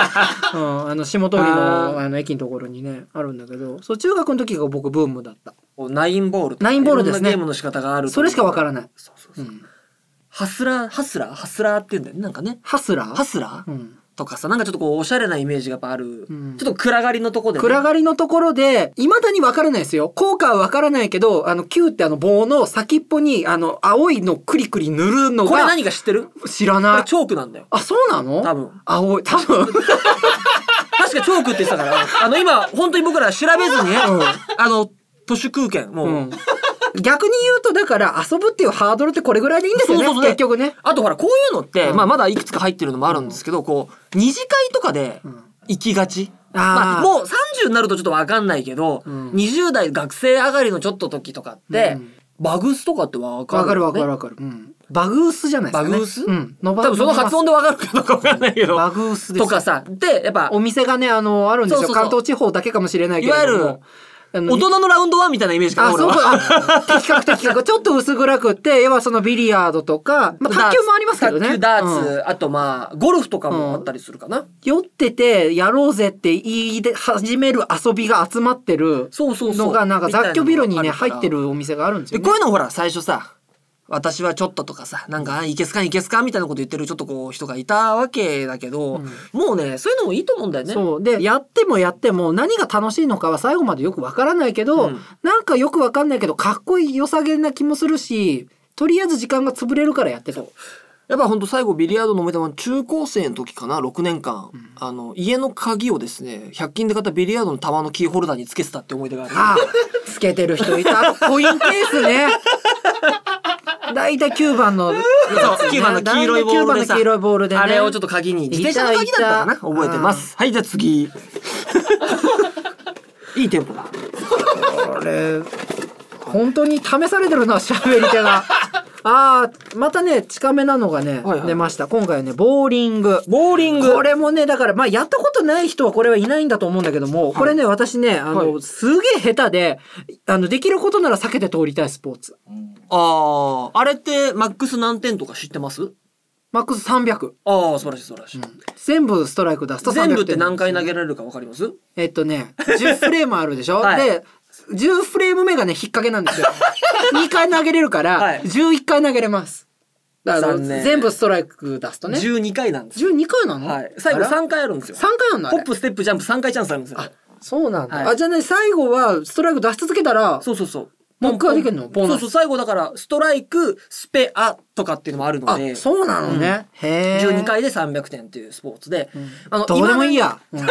[SPEAKER 1] ん、あの、下通り
[SPEAKER 2] あー
[SPEAKER 1] のあの駅のところにね、あるんだけど、そう、中学の時が僕ブームだった。
[SPEAKER 2] こうナインボールとか。
[SPEAKER 1] ナインボールですね
[SPEAKER 2] いろんなゲームの仕方がある。
[SPEAKER 1] それしかわから
[SPEAKER 2] ん。
[SPEAKER 1] ない。
[SPEAKER 2] そうそう
[SPEAKER 1] う
[SPEAKER 2] そう。
[SPEAKER 1] ん。
[SPEAKER 2] ハスラー、ハスラーハスラーって言うんだよね。なんかね。
[SPEAKER 1] ハスラー
[SPEAKER 2] ハスラー
[SPEAKER 1] うん。
[SPEAKER 2] とかさ、なんかちょっとこう、おしゃれなイメージがやっぱある。
[SPEAKER 1] うん
[SPEAKER 2] ちょっと暗がりのとこで、ね。
[SPEAKER 1] 暗がりのところで、未だにわからないですよ。効果はわからないけど、あの、Q ってあの棒の先っぽに、あの、青いのクリクリ塗るの
[SPEAKER 2] これ
[SPEAKER 1] が、
[SPEAKER 2] 何か知ってる
[SPEAKER 1] 知ら
[SPEAKER 2] こ
[SPEAKER 1] な
[SPEAKER 2] れ
[SPEAKER 1] い。
[SPEAKER 2] チョークなんだよ。
[SPEAKER 1] あ、そうなの
[SPEAKER 2] 多分。
[SPEAKER 1] 青い、多分。
[SPEAKER 2] 確かチョークって言ってたから、あの今、本当に僕ら調べずにね、あの、都市空間、もう、
[SPEAKER 1] うん。逆に言うと、だから遊ぶっていうハードルってこれぐらいでいいんですよね、
[SPEAKER 2] そうそうそう
[SPEAKER 1] 結局ね。
[SPEAKER 2] あとほら、こういうのって、
[SPEAKER 1] うん
[SPEAKER 2] まあまだいくつか入ってるのもあるんですけど、こう、二次会とかで
[SPEAKER 1] ん
[SPEAKER 2] 行きがち。
[SPEAKER 1] あー
[SPEAKER 2] まあ、もう30になるとちょっとわかんないけど、
[SPEAKER 1] うん
[SPEAKER 2] 20代学生上がりのちょっと時とかって、
[SPEAKER 1] うん
[SPEAKER 2] バグスとかってわかる、
[SPEAKER 1] わかるわかる。わかる。うん。バグースじゃないですか、ね。
[SPEAKER 2] バグース
[SPEAKER 1] うん。のば
[SPEAKER 2] 多分その発音でわかるかどうかわかんないけど。
[SPEAKER 1] バグースです。
[SPEAKER 2] とかさ、で、やっぱ、
[SPEAKER 1] お店がね、あの、あるんですよ。
[SPEAKER 2] そうそうそ
[SPEAKER 1] 関
[SPEAKER 2] う
[SPEAKER 1] 東地方だけかもしれないけれども。
[SPEAKER 2] いわ
[SPEAKER 1] あの
[SPEAKER 2] 大人のラウンドワンみたいなイメージ
[SPEAKER 1] あ、
[SPEAKER 2] かな、俺
[SPEAKER 1] そう
[SPEAKER 2] は。
[SPEAKER 1] か。あ的確的確。ちょっと薄暗くって、要はそのビリヤードとか、まあ、卓球もありますけどね。
[SPEAKER 2] 卓球、ダーツ、
[SPEAKER 1] うん
[SPEAKER 2] あとまあ、ゴルフとかもあったりするかな。
[SPEAKER 1] 酔ってて、やろうぜって言いで始める遊びが集まってる
[SPEAKER 2] そうそうそう。
[SPEAKER 1] のが、なんか
[SPEAKER 2] みたい
[SPEAKER 1] 雑居ビルにね、
[SPEAKER 2] のがあ
[SPEAKER 1] 入
[SPEAKER 2] るから
[SPEAKER 1] って。るお店があるんです
[SPEAKER 2] で、
[SPEAKER 1] よ、
[SPEAKER 2] こ
[SPEAKER 1] ね
[SPEAKER 2] う。いうのほら、最初さ、私はちょっととかさ、なんか、あいけすかんいけすかんみたいなこと言ってるちょっとこう、人がいたわけだけど、
[SPEAKER 1] うん
[SPEAKER 2] もうね、そういうのもいいと思うんだよね。
[SPEAKER 1] そうでやってもやっても何が楽しいのかは最後までよくわからないけど、
[SPEAKER 2] うん
[SPEAKER 1] なんかよくわかんないけどかっこいい良さげな気もするしとりあえず時間が潰れるからやってた
[SPEAKER 2] やっぱほんと最後ビリヤードのめたのは中高生の時かな6年間、あの家の鍵をですね100均で買ったビリヤードの玉のキーホルダーにつけてたって思い出がある
[SPEAKER 1] ああつけてる人いたコインケース
[SPEAKER 2] (laughs)
[SPEAKER 1] ね大体9番の
[SPEAKER 2] そう9番の黄色いボールで
[SPEAKER 1] 大体9番の
[SPEAKER 2] さ
[SPEAKER 1] 黄色いボールでね
[SPEAKER 2] あれをちょっと鍵に自転車の鍵だったか
[SPEAKER 1] 板
[SPEAKER 2] な
[SPEAKER 1] 板
[SPEAKER 2] 覚えてますはいじゃあ (laughs) 次いいテンポだ
[SPEAKER 1] これ本当に試されてるな喋り手
[SPEAKER 2] (laughs)
[SPEAKER 1] がああまたね近めなのがね、
[SPEAKER 2] はいはい
[SPEAKER 1] 出ました今回はねボーリング
[SPEAKER 2] ボーリング
[SPEAKER 1] これもねだからまあやったことない人はこれはいないんだと思うんだけども、これね私ねあの、
[SPEAKER 2] は
[SPEAKER 1] すげえ下手であのできることなら避けて通りたいスポーツ
[SPEAKER 2] あああれってマックス何点とか知ってます
[SPEAKER 1] マックス300
[SPEAKER 2] ああ素晴らしい素晴らしい、
[SPEAKER 1] 全部ストライク出すと300
[SPEAKER 2] 全部って何回投
[SPEAKER 1] る
[SPEAKER 2] げられるかわかります
[SPEAKER 1] えっとね10フレームあるでしょ、
[SPEAKER 2] はい
[SPEAKER 1] で10フレーム目がね引っ掛けなん
[SPEAKER 2] (laughs)
[SPEAKER 1] ですよ2回投げれるから、
[SPEAKER 2] はい
[SPEAKER 1] 11回投げれますだから
[SPEAKER 2] 残念
[SPEAKER 1] 全部ストライク出すとね
[SPEAKER 2] 12回なんですよ、
[SPEAKER 1] 12回なの、
[SPEAKER 2] はい、最後
[SPEAKER 1] あら
[SPEAKER 2] 3回あるんですよ
[SPEAKER 1] 三回あんのあ
[SPEAKER 2] ホ
[SPEAKER 1] れ
[SPEAKER 2] ップステップジャンプ3回チャンスあるんですよ
[SPEAKER 1] あそうなんだ、
[SPEAKER 2] はい
[SPEAKER 1] あじゃあね最後はストライク出し続けたら
[SPEAKER 2] そうそうそう。
[SPEAKER 1] もう一回できるのボー
[SPEAKER 2] そ
[SPEAKER 1] ナ
[SPEAKER 2] う
[SPEAKER 1] ス
[SPEAKER 2] そう、最後だから、ストライク、スペアとかっていうのもあるの
[SPEAKER 1] あ
[SPEAKER 2] で、
[SPEAKER 1] そうなのね、へえ
[SPEAKER 2] 12回で300点っていうスポーツで、あの
[SPEAKER 1] どうでもいい。や、
[SPEAKER 2] 今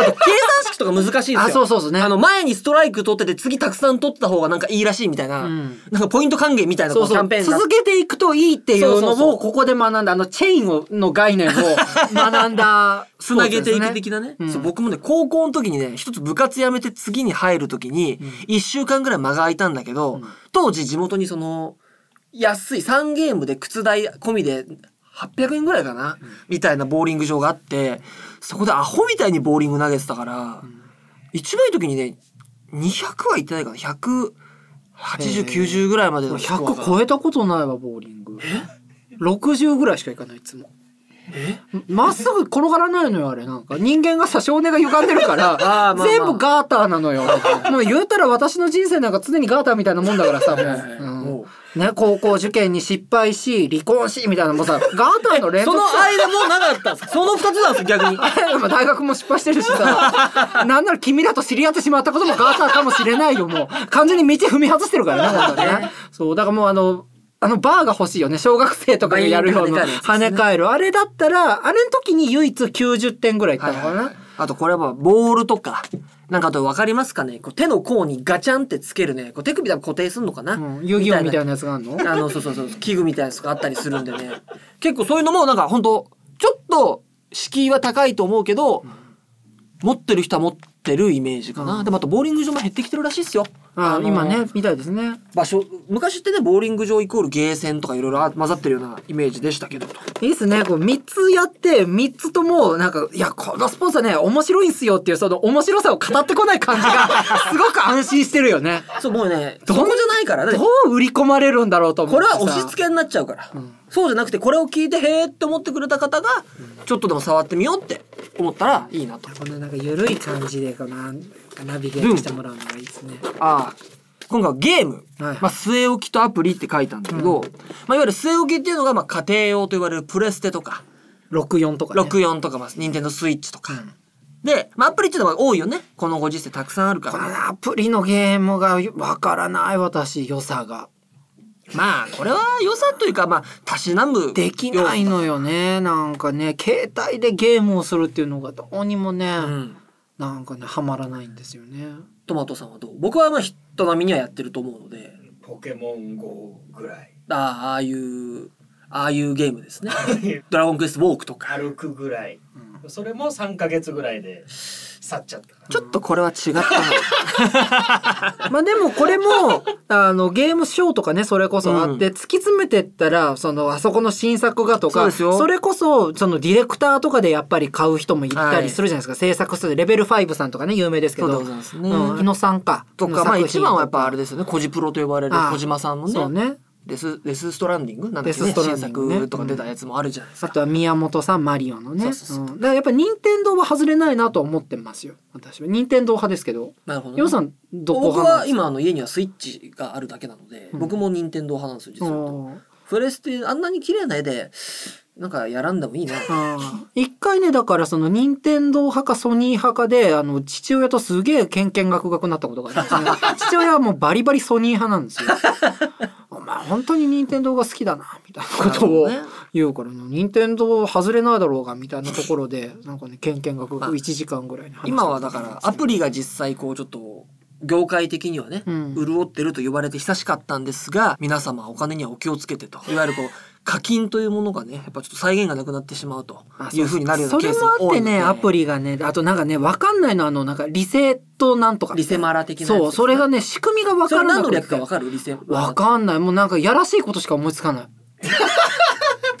[SPEAKER 2] あと、計算式とか難しいんですよ。
[SPEAKER 1] あそうそうそうね
[SPEAKER 2] あの、前にストライク取ってて、次たくさん取った方がなんかいいらしいみたいな、
[SPEAKER 1] うん
[SPEAKER 2] なんかポイント還元みたいなこ
[SPEAKER 1] そう
[SPEAKER 2] うキ
[SPEAKER 1] そ
[SPEAKER 2] ャン
[SPEAKER 1] う
[SPEAKER 2] ペーンだ
[SPEAKER 1] 続けていくといいっていう
[SPEAKER 2] そ
[SPEAKER 1] の
[SPEAKER 2] うそうそ
[SPEAKER 1] も
[SPEAKER 2] う
[SPEAKER 1] ここで学んだあのチェーンをの概念を学んだ
[SPEAKER 2] つなげていく
[SPEAKER 1] で
[SPEAKER 2] 的
[SPEAKER 1] き
[SPEAKER 2] なね。
[SPEAKER 1] うん
[SPEAKER 2] そう僕もね、高校の時にね、一つ部活辞めて次に入る時に、一週間ぐらい間が空いたんだけど、当時地元にその、安い3ゲームで靴代込みで800円ぐらいかな、みたいなボーリング場があって、そこでアホみたいにボーリング投げてたから、一番いい時にね、200はいってないかな、180、90ぐらいまでのスコアが
[SPEAKER 1] 100超えたことないわボーリング60ぐらいしかいかないいつもまっすぐ転がらないのよあれなんか人間がさ少年が歪んでるから
[SPEAKER 2] (laughs) あーまあまあ
[SPEAKER 1] 全部ガーターなの
[SPEAKER 2] (laughs)
[SPEAKER 1] よもう言うたら私の人生なんか常にガーターみたいなもんだからさもう
[SPEAKER 2] もう
[SPEAKER 1] うん、ね高校受験に失敗し離婚しみたいなもうさガーターの連
[SPEAKER 2] そ
[SPEAKER 1] 続
[SPEAKER 2] の
[SPEAKER 1] さ
[SPEAKER 2] 間もうなかったんですその2つなんです逆に。
[SPEAKER 1] (laughs) まあ大学も失敗してるし (laughs) さなんなら君らと知り合ってしまったこともガーターかもしれないよもう完全に道踏み外してるからね本当ねそうだからもうあのあのバーが欲しいよね小学生とかがやるような
[SPEAKER 2] バイン
[SPEAKER 1] 跳ね返るあれだったらあれの時に唯一90点ぐらいいったのかな、
[SPEAKER 2] はいはいはいあとこれはボールとか、なんかあと分かりますかねこう手の甲にガチャンってつけるね、こう手首多分固定すんのかな、
[SPEAKER 1] うん、遊戯王みたいなやつがあるの
[SPEAKER 2] あの、そうそうそう、器具みたいなやつがあったりするんでね。結構そういうのも、なんか本当ちょっと敷居は高いと思うけど、持ってる人は持ってるイメージかな。
[SPEAKER 1] うん
[SPEAKER 2] でもあと、ボーリング場も減ってきてるらしいっすよ。
[SPEAKER 1] あ
[SPEAKER 2] あの
[SPEAKER 1] 今ねみたいですね
[SPEAKER 2] 場所、昔ってね、ボーリング場イコールゲーセンとかいろいろ混ざってるようなイメージでしたけどと。
[SPEAKER 1] いいっすねこう3つやって3つともなんかいやこのスポンサーね面白いんすよっていうその面白さを語ってこない感じがすごく安心してるよね
[SPEAKER 2] そう、もうね、
[SPEAKER 1] ど
[SPEAKER 2] そ
[SPEAKER 1] ん
[SPEAKER 2] こじゃないから。だって
[SPEAKER 1] どう売り込まれるんだろうと思っ
[SPEAKER 2] こ
[SPEAKER 1] て
[SPEAKER 2] れ
[SPEAKER 1] さ
[SPEAKER 2] は押し付けになっちゃうから、そうじゃなくてこれを聞いてへーって思ってくれた方がちょっとでも触ってみようって思ったらいいなと
[SPEAKER 1] このなんか緩い感じでこのなんかナビゲートしてもらうのがいいですね、
[SPEAKER 2] ああ今回はゲーム、
[SPEAKER 1] はい
[SPEAKER 2] まあ、据え置きとアプリって書いたんだけど、まあ、いわゆる据え置きっていうのがまあ家庭用と言われるプレステとか
[SPEAKER 1] 64とか、ね、
[SPEAKER 2] 64とかまあ任天堂スイッチとか、で、まあ、アプリっていうのが多いよねこのご時世たくさんあるか
[SPEAKER 1] こ
[SPEAKER 2] ら
[SPEAKER 1] のアプリのゲームがわからない私良さが
[SPEAKER 2] まあこれは良さというかまあたしなむ
[SPEAKER 1] できない
[SPEAKER 2] よ
[SPEAKER 1] のよねなんかね携帯でゲームをするっていうのがどうにもね、
[SPEAKER 2] ううん
[SPEAKER 1] なんかねハマらないんですよね
[SPEAKER 2] トマトさんはどう僕はまあ人並みにはやってると思うので
[SPEAKER 3] ポケモン GO ぐらい
[SPEAKER 2] ああああいうああいうゲー
[SPEAKER 1] (laughs)
[SPEAKER 2] ムですねドラゴンクエストウォークとか
[SPEAKER 3] 軽くぐらい、それも3か月ぐらいで去っちゃった
[SPEAKER 2] ちょっとこれは違ったな
[SPEAKER 1] まあでもこれ
[SPEAKER 2] (laughs)
[SPEAKER 1] もあのゲームショーとかねそれこそあって、突き詰めてったらそのあそこの新作がと
[SPEAKER 2] そう
[SPEAKER 1] か
[SPEAKER 2] ですよ
[SPEAKER 1] れこそそのディレクターとかでやっぱり買う人もいた
[SPEAKER 2] はい
[SPEAKER 1] りするじゃないですか、制作するレベル5さんとかね有名ですけ
[SPEAKER 2] そうで
[SPEAKER 1] ど
[SPEAKER 2] ございますね、
[SPEAKER 1] うん、猪野さんか
[SPEAKER 2] とかまあ一番はやっぱあれ
[SPEAKER 1] で
[SPEAKER 2] ですよねコジプロと呼ばれる
[SPEAKER 1] ああ
[SPEAKER 2] 小島さんの
[SPEAKER 1] そう
[SPEAKER 2] ね
[SPEAKER 1] ね
[SPEAKER 2] デスデスストランディングなんだっけ、
[SPEAKER 1] デ
[SPEAKER 2] ね、
[SPEAKER 1] スストラン
[SPEAKER 2] 新
[SPEAKER 1] ディングね
[SPEAKER 2] 作とか出たやつもあるじゃないです
[SPEAKER 1] あ
[SPEAKER 2] か、
[SPEAKER 1] とは宮本さんマリオのね
[SPEAKER 2] そううそうそうん
[SPEAKER 1] だからやっぱ任天堂は外れないなと思ってますよ私は任天堂派ですけど
[SPEAKER 2] なるほど、ね、
[SPEAKER 1] ヨウさんどこ
[SPEAKER 2] 僕
[SPEAKER 1] 派なん
[SPEAKER 2] は
[SPEAKER 1] ですか
[SPEAKER 2] 今あの家にはスイッチがあるだけなので、
[SPEAKER 1] うん
[SPEAKER 2] 僕も任天堂派なんですよ実は
[SPEAKER 1] うん
[SPEAKER 2] プレステあんなに綺麗な絵でなんかやらんでもいいな
[SPEAKER 1] ああ一回ねだからその任天堂派かソニー派かであの父親とすげえけんけんがくがくなったことがあり
[SPEAKER 2] (laughs)
[SPEAKER 1] ますね父親はもうバリバリソニー派なんですよお前本当に任天堂が好きだなみたいなことを
[SPEAKER 2] なるほどね
[SPEAKER 1] 言うからね任天堂外れないだろうがみたいなところでなんかねけんけんがくがく1時間ぐらいに話
[SPEAKER 2] 今はだからアプ
[SPEAKER 1] リ
[SPEAKER 2] リが実際こうちょっと業界的にはね、
[SPEAKER 1] うん
[SPEAKER 2] 潤ってると言われて久しかったんですが皆様お金にはお気をつけてといわゆるこう課金というものがねやっぱちょっと再現がなくなってしまうというふうになるようなケースが
[SPEAKER 1] それもあっ
[SPEAKER 2] 多い
[SPEAKER 1] て
[SPEAKER 2] ので
[SPEAKER 1] ねアプリがねあとなんかねわかんないのはあのなんかリセットなんとか
[SPEAKER 2] リセマラ的なやつですね、
[SPEAKER 1] そうそれがね仕組みがわ
[SPEAKER 2] そ
[SPEAKER 1] か
[SPEAKER 2] れ
[SPEAKER 1] らな
[SPEAKER 2] 何
[SPEAKER 1] くて
[SPEAKER 2] の略かわかるリセマラ
[SPEAKER 1] わかんない。もうなんかやらしいことしか思いつかな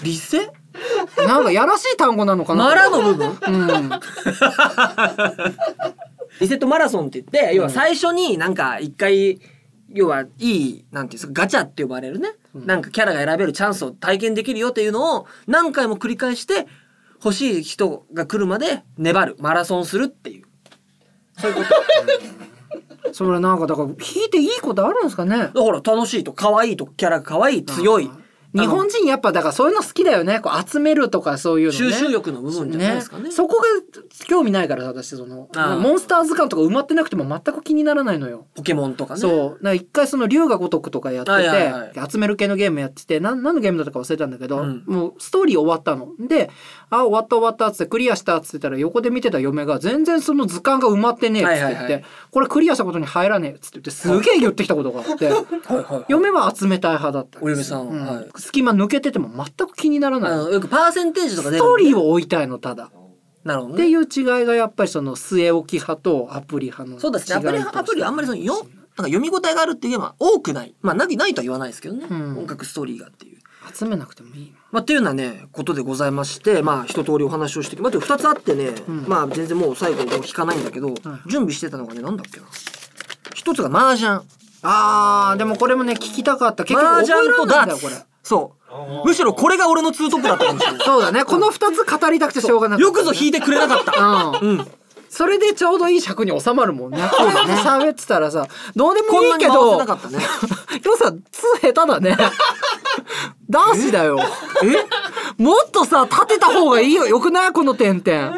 [SPEAKER 2] リセ
[SPEAKER 1] い。なんかやらしい単語なの
[SPEAKER 2] (laughs)
[SPEAKER 1] かな。
[SPEAKER 2] マラの部分
[SPEAKER 1] うん。
[SPEAKER 2] リセットマラソンって言って要は最初になんか一回要はいいなんていうんですかガチャって呼ばれるね、なんかキャラが選べるチャンスを体験できるよっていうのを何回も繰り返して欲しい人が来るまで粘るマラソンするっていう
[SPEAKER 1] それなんかだから引いていいことあるんですかね。
[SPEAKER 2] だから楽しいと可愛いとキャラが可愛い強い
[SPEAKER 1] 日本人やっぱだからそういうの好きだよね。こう集めるとかそういうのね。
[SPEAKER 2] 収集欲の部分じゃないですかね
[SPEAKER 1] ねそこが興味ないから私その
[SPEAKER 2] あー
[SPEAKER 1] モンスター図鑑とか埋まってなくても全く気にならないのよ。
[SPEAKER 2] ポケモンとかね
[SPEAKER 1] そう。だから一回その龍が如くとかやってて、
[SPEAKER 2] はいはいは
[SPEAKER 1] 集める系のゲームやってて、なん何のゲームだったか忘れたんだけど、
[SPEAKER 2] うん
[SPEAKER 1] もうストーリー終わったの。で、あ、終わった終わったっつってクリアしたっつってたら横で見てた嫁が全然その図鑑が埋まってねえっつって言って、
[SPEAKER 2] はいはいはい
[SPEAKER 1] これクリアしたことに入らねえっつって言って、すげえ言ってきたことがあ
[SPEAKER 2] (laughs)
[SPEAKER 1] って、
[SPEAKER 2] はいはいはい
[SPEAKER 1] 嫁は集めたい派だった
[SPEAKER 2] お嫁さんは、
[SPEAKER 1] うん
[SPEAKER 2] はい
[SPEAKER 1] 隙間抜けてても全く気になら
[SPEAKER 2] あ
[SPEAKER 1] ない。
[SPEAKER 2] のよくパーセンテージとか出
[SPEAKER 1] ス
[SPEAKER 2] る
[SPEAKER 1] ト
[SPEAKER 2] も
[SPEAKER 1] ー
[SPEAKER 2] んね
[SPEAKER 1] リーを追いたいの、ただ。
[SPEAKER 2] なるほど
[SPEAKER 1] っ
[SPEAKER 2] ね
[SPEAKER 1] ていう違いがやっぱりその据え置き派とアプリ派の違い
[SPEAKER 2] そうですね。アプリ、アプリはあんまりその、よ、なんか読み応えがあるっていうゲームは多くない。まあ、なきないとは言わないですけどね。
[SPEAKER 1] うん
[SPEAKER 2] 音楽ストーリーがっていう。
[SPEAKER 1] 集めなくてもいいの。
[SPEAKER 2] まあ、っていうようなね、ことでございまして、まあ、一通りお話をしてきまあ、二つあってね、
[SPEAKER 1] ん
[SPEAKER 2] まあ、全然もう最後もう聞かないんだけど、準備してたのがね、なんだっけな。一つが麻雀。
[SPEAKER 1] あーでもこれもね聞きたかった結局覚
[SPEAKER 2] 麻
[SPEAKER 1] え
[SPEAKER 2] 雀
[SPEAKER 1] ら
[SPEAKER 2] と
[SPEAKER 1] れないん
[SPEAKER 2] ダ
[SPEAKER 1] だ
[SPEAKER 2] ー
[SPEAKER 1] よこれ
[SPEAKER 2] ツ。そう。むしろこれが俺のツートップだったかもしれない。
[SPEAKER 1] そうだねこの2つ語りたくてしょうがなく
[SPEAKER 2] よくぞ引いてくれなかった。
[SPEAKER 1] う
[SPEAKER 2] うん。
[SPEAKER 1] んそれでちょうどいい尺に収まるもん (laughs) ねこうだね喋ってたらさどうで
[SPEAKER 2] こ
[SPEAKER 1] も
[SPEAKER 2] ん
[SPEAKER 1] い
[SPEAKER 2] ないに
[SPEAKER 1] け
[SPEAKER 2] 回せ
[SPEAKER 1] ど
[SPEAKER 2] なかったね。
[SPEAKER 1] (laughs) ヨさんつ下手だ (laughs) ね男子だよえもっとさ立てた方がいいよよくないこの点々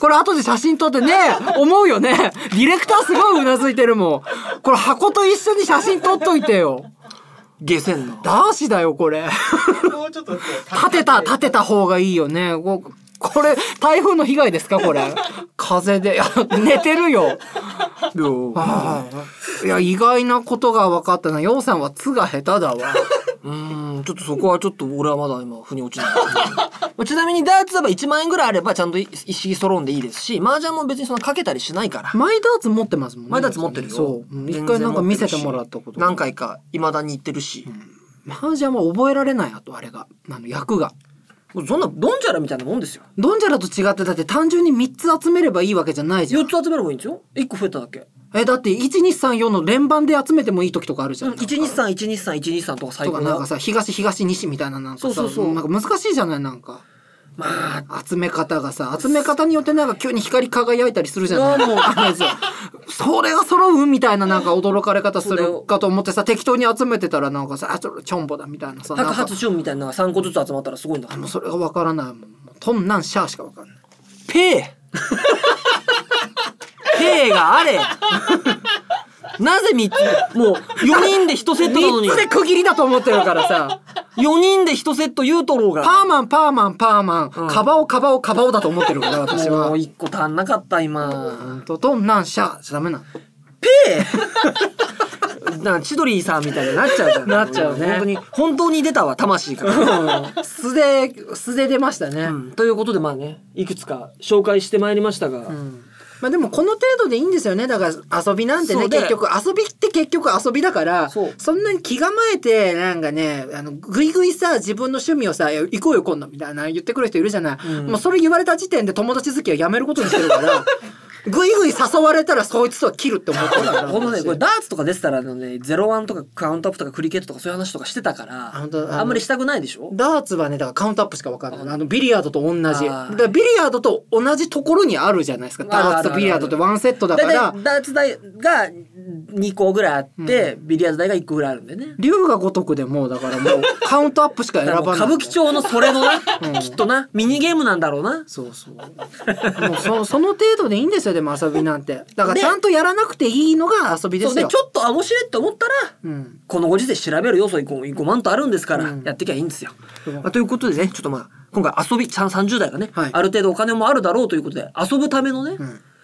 [SPEAKER 1] これ後で写真撮ってね思うよねディレクターすごいうなずいてるもんこれ箱と一緒に写真撮っといてよ
[SPEAKER 2] 下船の。
[SPEAKER 1] 男子だよこれ
[SPEAKER 3] もうちょっとこう
[SPEAKER 1] 立てた立てた方がいいよねこうこれ台風の被害ですかこれ
[SPEAKER 2] (laughs)
[SPEAKER 1] 風でいや寝てるよはいいや意外なことが分かったなようさんは「つ」が下手だわ
[SPEAKER 2] (laughs) うーんちょっとそこはちょっと俺はまだ今腑に落 (laughs) ちないちなみにダーツは1万円ぐらいあればちゃんと一式揃うんでいいですし麻雀も別にそのかけたりしないから
[SPEAKER 1] マイダーツ持ってますもんね
[SPEAKER 2] マイダーツ持ってるよ
[SPEAKER 1] そううん一
[SPEAKER 2] 全然
[SPEAKER 1] 回なんか見せてもらったこと
[SPEAKER 2] 何回かいまだに言ってるし、
[SPEAKER 1] マージャンは覚えられないあとあれがあの役が
[SPEAKER 2] もうそんなドンジャラみたいなもんですよ
[SPEAKER 1] ドンジャラと違ってだって単純に3つ集めればいいわけじゃないじゃ
[SPEAKER 2] 4
[SPEAKER 1] ん
[SPEAKER 2] つ集めればいいんですよ1個増えただけ
[SPEAKER 1] えだって1234の連番で集めてもいい時とかあるじゃんなんか
[SPEAKER 2] 1231231223とか最
[SPEAKER 1] と
[SPEAKER 2] 高
[SPEAKER 1] か
[SPEAKER 2] な
[SPEAKER 1] なんかさ東東西みたいななんかさ
[SPEAKER 2] そうそうそう
[SPEAKER 1] なんか難しいじゃないなんか
[SPEAKER 2] まあ
[SPEAKER 1] 集め方がさ集め方によってなんか急に光り輝いたりするじゃない
[SPEAKER 2] いやもう
[SPEAKER 1] あのさそれが揃うみたいななんか驚かれ方するかと思ってさ適当に集めてたらなんかさあちょちょんぼだみたいなさ
[SPEAKER 2] 白
[SPEAKER 1] なんか
[SPEAKER 2] 髪チュンみたいなのが3個ずつ集まったらすごいんだ
[SPEAKER 1] もうそれがわからないもんもうトンナンシャーしかわかんない
[SPEAKER 2] (laughs) ペーペーがあ (laughs) れなぜ3つもう4人で1セットなのに
[SPEAKER 1] 3つで区切りだと思ってるから
[SPEAKER 2] (laughs)
[SPEAKER 1] さ
[SPEAKER 2] 4人で1セット言うとろうが
[SPEAKER 1] パーマンパーマンパーマン、カバオカバオカバオだと思ってるから私
[SPEAKER 2] も
[SPEAKER 1] は
[SPEAKER 2] う1個足んなかった
[SPEAKER 1] ほ
[SPEAKER 2] 今
[SPEAKER 1] んとトンナンシャーじゃダメなの
[SPEAKER 2] ペーなんか千鳥さんみたいになっちゃうじゃん
[SPEAKER 1] なっちゃうね
[SPEAKER 2] 本当に本当に出たわ魂が、
[SPEAKER 1] 素で素で出ましたね、
[SPEAKER 2] うんということでまあねいくつか紹介してまいりましたが、
[SPEAKER 1] まあでもこの程度でいいんですよねだから遊びなんて
[SPEAKER 2] そ
[SPEAKER 1] ね
[SPEAKER 2] うで
[SPEAKER 1] 結局遊びって結局遊びだから
[SPEAKER 2] そう
[SPEAKER 1] そんなに気構えてなんかねあのぐいぐいさ自分の趣味をさいや行こうよ今度みたいな言ってくる人いるじゃない、
[SPEAKER 2] うん
[SPEAKER 1] もうそれ言われた時点で友達付きはやめることにしてるから
[SPEAKER 2] (laughs)
[SPEAKER 1] ぐいぐい誘われたらそいつとは切るって思ってるから
[SPEAKER 2] このね、
[SPEAKER 1] 私
[SPEAKER 2] これダーツとか出てたらあのね、ゼロワンとかカウントアップとかクリケットとかそういう話とかしてたから、
[SPEAKER 1] 本当あの
[SPEAKER 2] あんまりしたくないでしょ
[SPEAKER 1] ダーツはねだからカウントアップしか分かんないあのビリヤードと同じだ
[SPEAKER 2] あ
[SPEAKER 1] か
[SPEAKER 2] ー
[SPEAKER 1] らビリヤードと同じところにあるじゃないですか
[SPEAKER 2] あるある
[SPEAKER 1] ダー
[SPEAKER 2] ある
[SPEAKER 1] ツとビリヤードってワンセットだ
[SPEAKER 2] だ
[SPEAKER 1] か
[SPEAKER 2] いたい
[SPEAKER 1] ら
[SPEAKER 2] ダーツ台が2個ぐらいあって、ビリヤード台が1個ぐらいあるんだよね。
[SPEAKER 1] 龍が如くでもうだからもうカウントアップしか選
[SPEAKER 2] だから
[SPEAKER 1] ば
[SPEAKER 2] もう
[SPEAKER 1] ない
[SPEAKER 2] 歌舞伎町のそれのな、きっとな、ミニゲームなんだろうな。
[SPEAKER 1] そうそうもうそその程度でいいんですよでも遊びなんてだからちゃんとやらなくていいのが遊びで
[SPEAKER 2] そう
[SPEAKER 1] す
[SPEAKER 2] で、
[SPEAKER 1] よ
[SPEAKER 2] ちょっとあ面白いって思ったら、
[SPEAKER 1] うん
[SPEAKER 2] このご時世調べる要素5万とあるんですから、やってきゃいいんですよ。まあということでね、ちょっとまあ、今回遊び、ちゃん30代がね、
[SPEAKER 1] はい
[SPEAKER 2] ある程度お金もあるだろうということで、遊ぶためのね、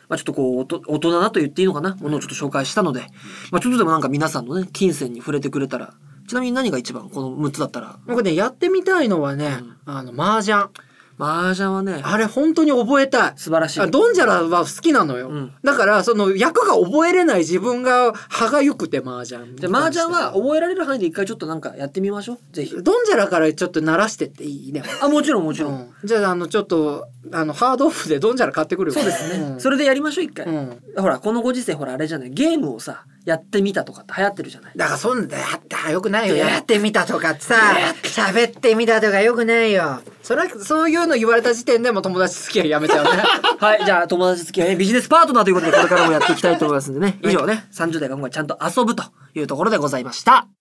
[SPEAKER 2] まあちょっとこうおと、大人なと言っていいのかな、ものをちょっと紹介したので、まあちょっとでもなんか皆さんのね、金銭に触れてくれたら、ちなみに何が一番この6つだったら、
[SPEAKER 1] 僕ねやってみたいのはね、あの麻雀
[SPEAKER 2] 麻雀はね、
[SPEAKER 1] あれ本当に覚えたい
[SPEAKER 2] 素晴らしい
[SPEAKER 1] あ。ドンジャラは好きなのよ、
[SPEAKER 2] ん
[SPEAKER 1] だからその役が覚えれない自分が歯がゆくて麻雀
[SPEAKER 2] で、麻雀は覚えられる範囲で一回ちょっとなんかやってみましょう。ぜひ。
[SPEAKER 1] ドンジャラからちょっと鳴らしてっていいね、
[SPEAKER 2] あ、もちろんもち
[SPEAKER 1] う
[SPEAKER 2] ろん。
[SPEAKER 1] ん、じゃああのちょっとあのハードオフでドンジャラ買ってくるよ
[SPEAKER 2] そうですね、
[SPEAKER 1] ん
[SPEAKER 2] それでやりましょう一回、
[SPEAKER 1] うん
[SPEAKER 2] ほらこのご時世ほらあれじゃないゲームをさやってみたとかって流行ってるじゃない
[SPEAKER 1] だからそんだってよくないよやってみたとかってさ喋ってみたとかよくないよそれはそういうの言われた時点でもう友達付き合いやめちゃうね
[SPEAKER 2] はいじゃあ友達付き合いねビジネスパートナーということでこれからもやっていきたいと思いますんでね以上ね30代が今回ちゃんと遊ぶというところでございました
[SPEAKER 1] (laughs)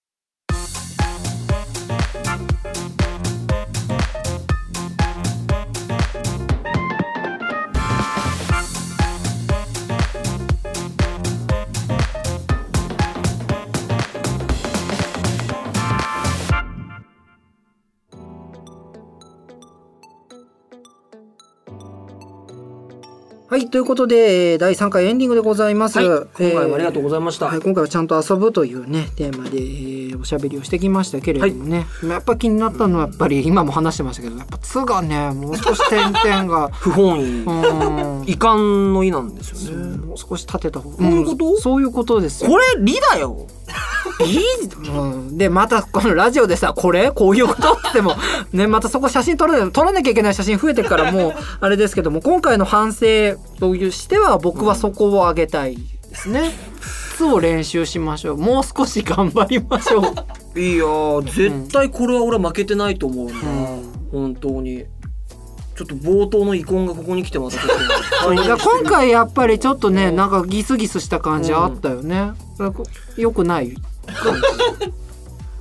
[SPEAKER 1] はいということでえー第3回エンディングでございます、
[SPEAKER 2] はい今回もありがとうございました、
[SPEAKER 1] はい、今回はちゃんと遊ぶというねテーマで、えーおしゃべりをしてきましたけれどもね、やっぱ気になったのはやっぱり今も話してましたけどやっぱ「つ」がねもう少し点々が (laughs)
[SPEAKER 2] 不本意
[SPEAKER 1] うーん
[SPEAKER 2] 遺憾の意なんですよね
[SPEAKER 1] もう少し立てた方が
[SPEAKER 2] ういうこと
[SPEAKER 1] んそういうことですよ
[SPEAKER 2] これ理だよ
[SPEAKER 1] うん、でまたこのラジオでさこれこういうことっても (laughs) ねまたそこ写真撮らな撮らなきゃいけない写真増えてるからもうあれですけども今回の反省としては僕はそこを上げたいですね。つを練習しましょうもう少し頑張りま (laughs) しょう。
[SPEAKER 2] いやー絶対これは俺は負けてないと思うな、本当にちょっと冒頭の遺恨がここに来てまたちょっと
[SPEAKER 1] だから今回やっぱりちょっとねなんかギスギスした感じあったよね。だからこよくない。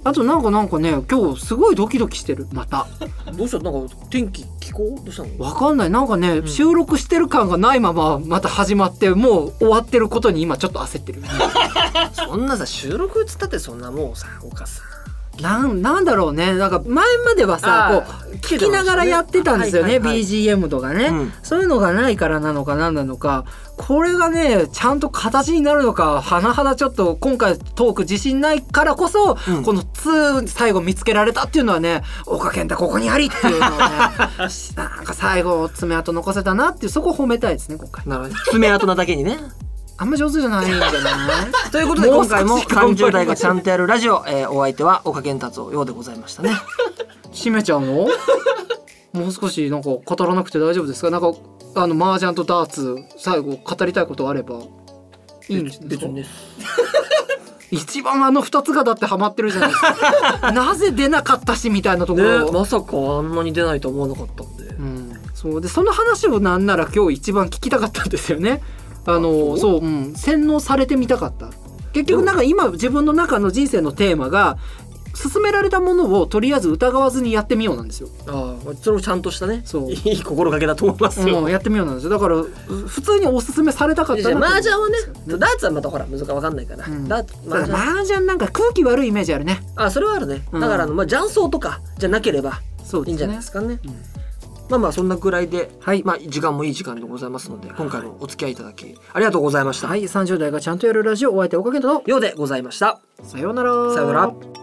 [SPEAKER 1] あとなんかなんかね今日すごいドキドキしてるまた。
[SPEAKER 2] (laughs) どうしたなんか天気気候どうしたの
[SPEAKER 1] わかんないなんかね、収録してる感がないまままた始まってもう終わってることに今ちょっと焦ってる
[SPEAKER 2] そんなさ収録っつったってそんなもうさお母さん
[SPEAKER 1] なんなんだろうねなんか前まではさこう聞きながらやってたんですよね
[SPEAKER 2] はいはいはい
[SPEAKER 1] BGM とかね、
[SPEAKER 2] うん
[SPEAKER 1] そういうのがないからなのか何なのかこれがねちゃんと形になるのか甚だちょっと今回トーク自信ないからこそ、
[SPEAKER 2] うん
[SPEAKER 1] この2最後見つけられたっていうのはね岡健太ここにありっていうのを
[SPEAKER 2] (laughs)
[SPEAKER 1] ねなんか最後爪痕残せたなっていうそこ褒めたいですね今回
[SPEAKER 2] なるほど爪痕なだけにね。
[SPEAKER 1] あんま上手じゃないんじゃない (laughs)
[SPEAKER 2] ということで
[SPEAKER 1] もう
[SPEAKER 2] 今
[SPEAKER 1] 少し
[SPEAKER 2] 回も
[SPEAKER 1] 頑張りま
[SPEAKER 2] 30
[SPEAKER 1] しょう
[SPEAKER 2] 代がちゃんとやるラジオ、えーお相手は岡健太郎ようでございましたね。
[SPEAKER 1] 閉めちゃうのもう少しなんか語らなくて大丈夫ですかなんかあの麻雀とダーツ最後語りたいことあればいいんですか
[SPEAKER 2] です。
[SPEAKER 1] 一番あの2つがだってハマってるじゃないですか (laughs) なぜ出なかったしみたいなとこ
[SPEAKER 2] ね
[SPEAKER 1] ろ、
[SPEAKER 2] まさかあんなに出ないと思わなかったんで。
[SPEAKER 1] うん、そうでその話をなんなら今日一番聞きたかったんですよねあのそう、うん、洗脳されてみたかった結局なんか今自分の中の人生のテーマが勧められたものをとりあえず疑わずにやってみようなんですよ
[SPEAKER 2] ああ、それもちゃんとしたね。
[SPEAKER 1] そう
[SPEAKER 2] いい心がけだと思いますよ。
[SPEAKER 1] うん、やってみようなんですよだからう普通におすすめされたかっ
[SPEAKER 2] じゃ
[SPEAKER 1] た
[SPEAKER 2] あ
[SPEAKER 1] な
[SPEAKER 2] 麻
[SPEAKER 1] と
[SPEAKER 2] 雀
[SPEAKER 1] 思
[SPEAKER 2] は
[SPEAKER 1] うん
[SPEAKER 2] ね
[SPEAKER 1] ですよ、
[SPEAKER 2] ダーツはまたほら難かわかんないから。
[SPEAKER 1] うん
[SPEAKER 2] ダーツ、
[SPEAKER 1] だ
[SPEAKER 2] 麻
[SPEAKER 1] から
[SPEAKER 2] 雀。
[SPEAKER 1] 麻雀なんか空気悪いイメージあるね
[SPEAKER 2] あ、それはあるね。
[SPEAKER 1] うん
[SPEAKER 2] だからあのまあ雀荘とかじゃなければ
[SPEAKER 1] そう
[SPEAKER 2] い
[SPEAKER 1] で
[SPEAKER 2] いんじ
[SPEAKER 1] す
[SPEAKER 2] ゃない
[SPEAKER 1] ね
[SPEAKER 2] ですかね。
[SPEAKER 1] うん
[SPEAKER 2] まあまあそんなぐらいで、
[SPEAKER 1] はい
[SPEAKER 2] まあ時間もいい時間でございますので、今回もお付き合いいただきありがとうございました。
[SPEAKER 1] はい30代がちゃんとやるラジオお相手おかげだと
[SPEAKER 2] ようでございました。
[SPEAKER 1] さようなら
[SPEAKER 2] さようなら。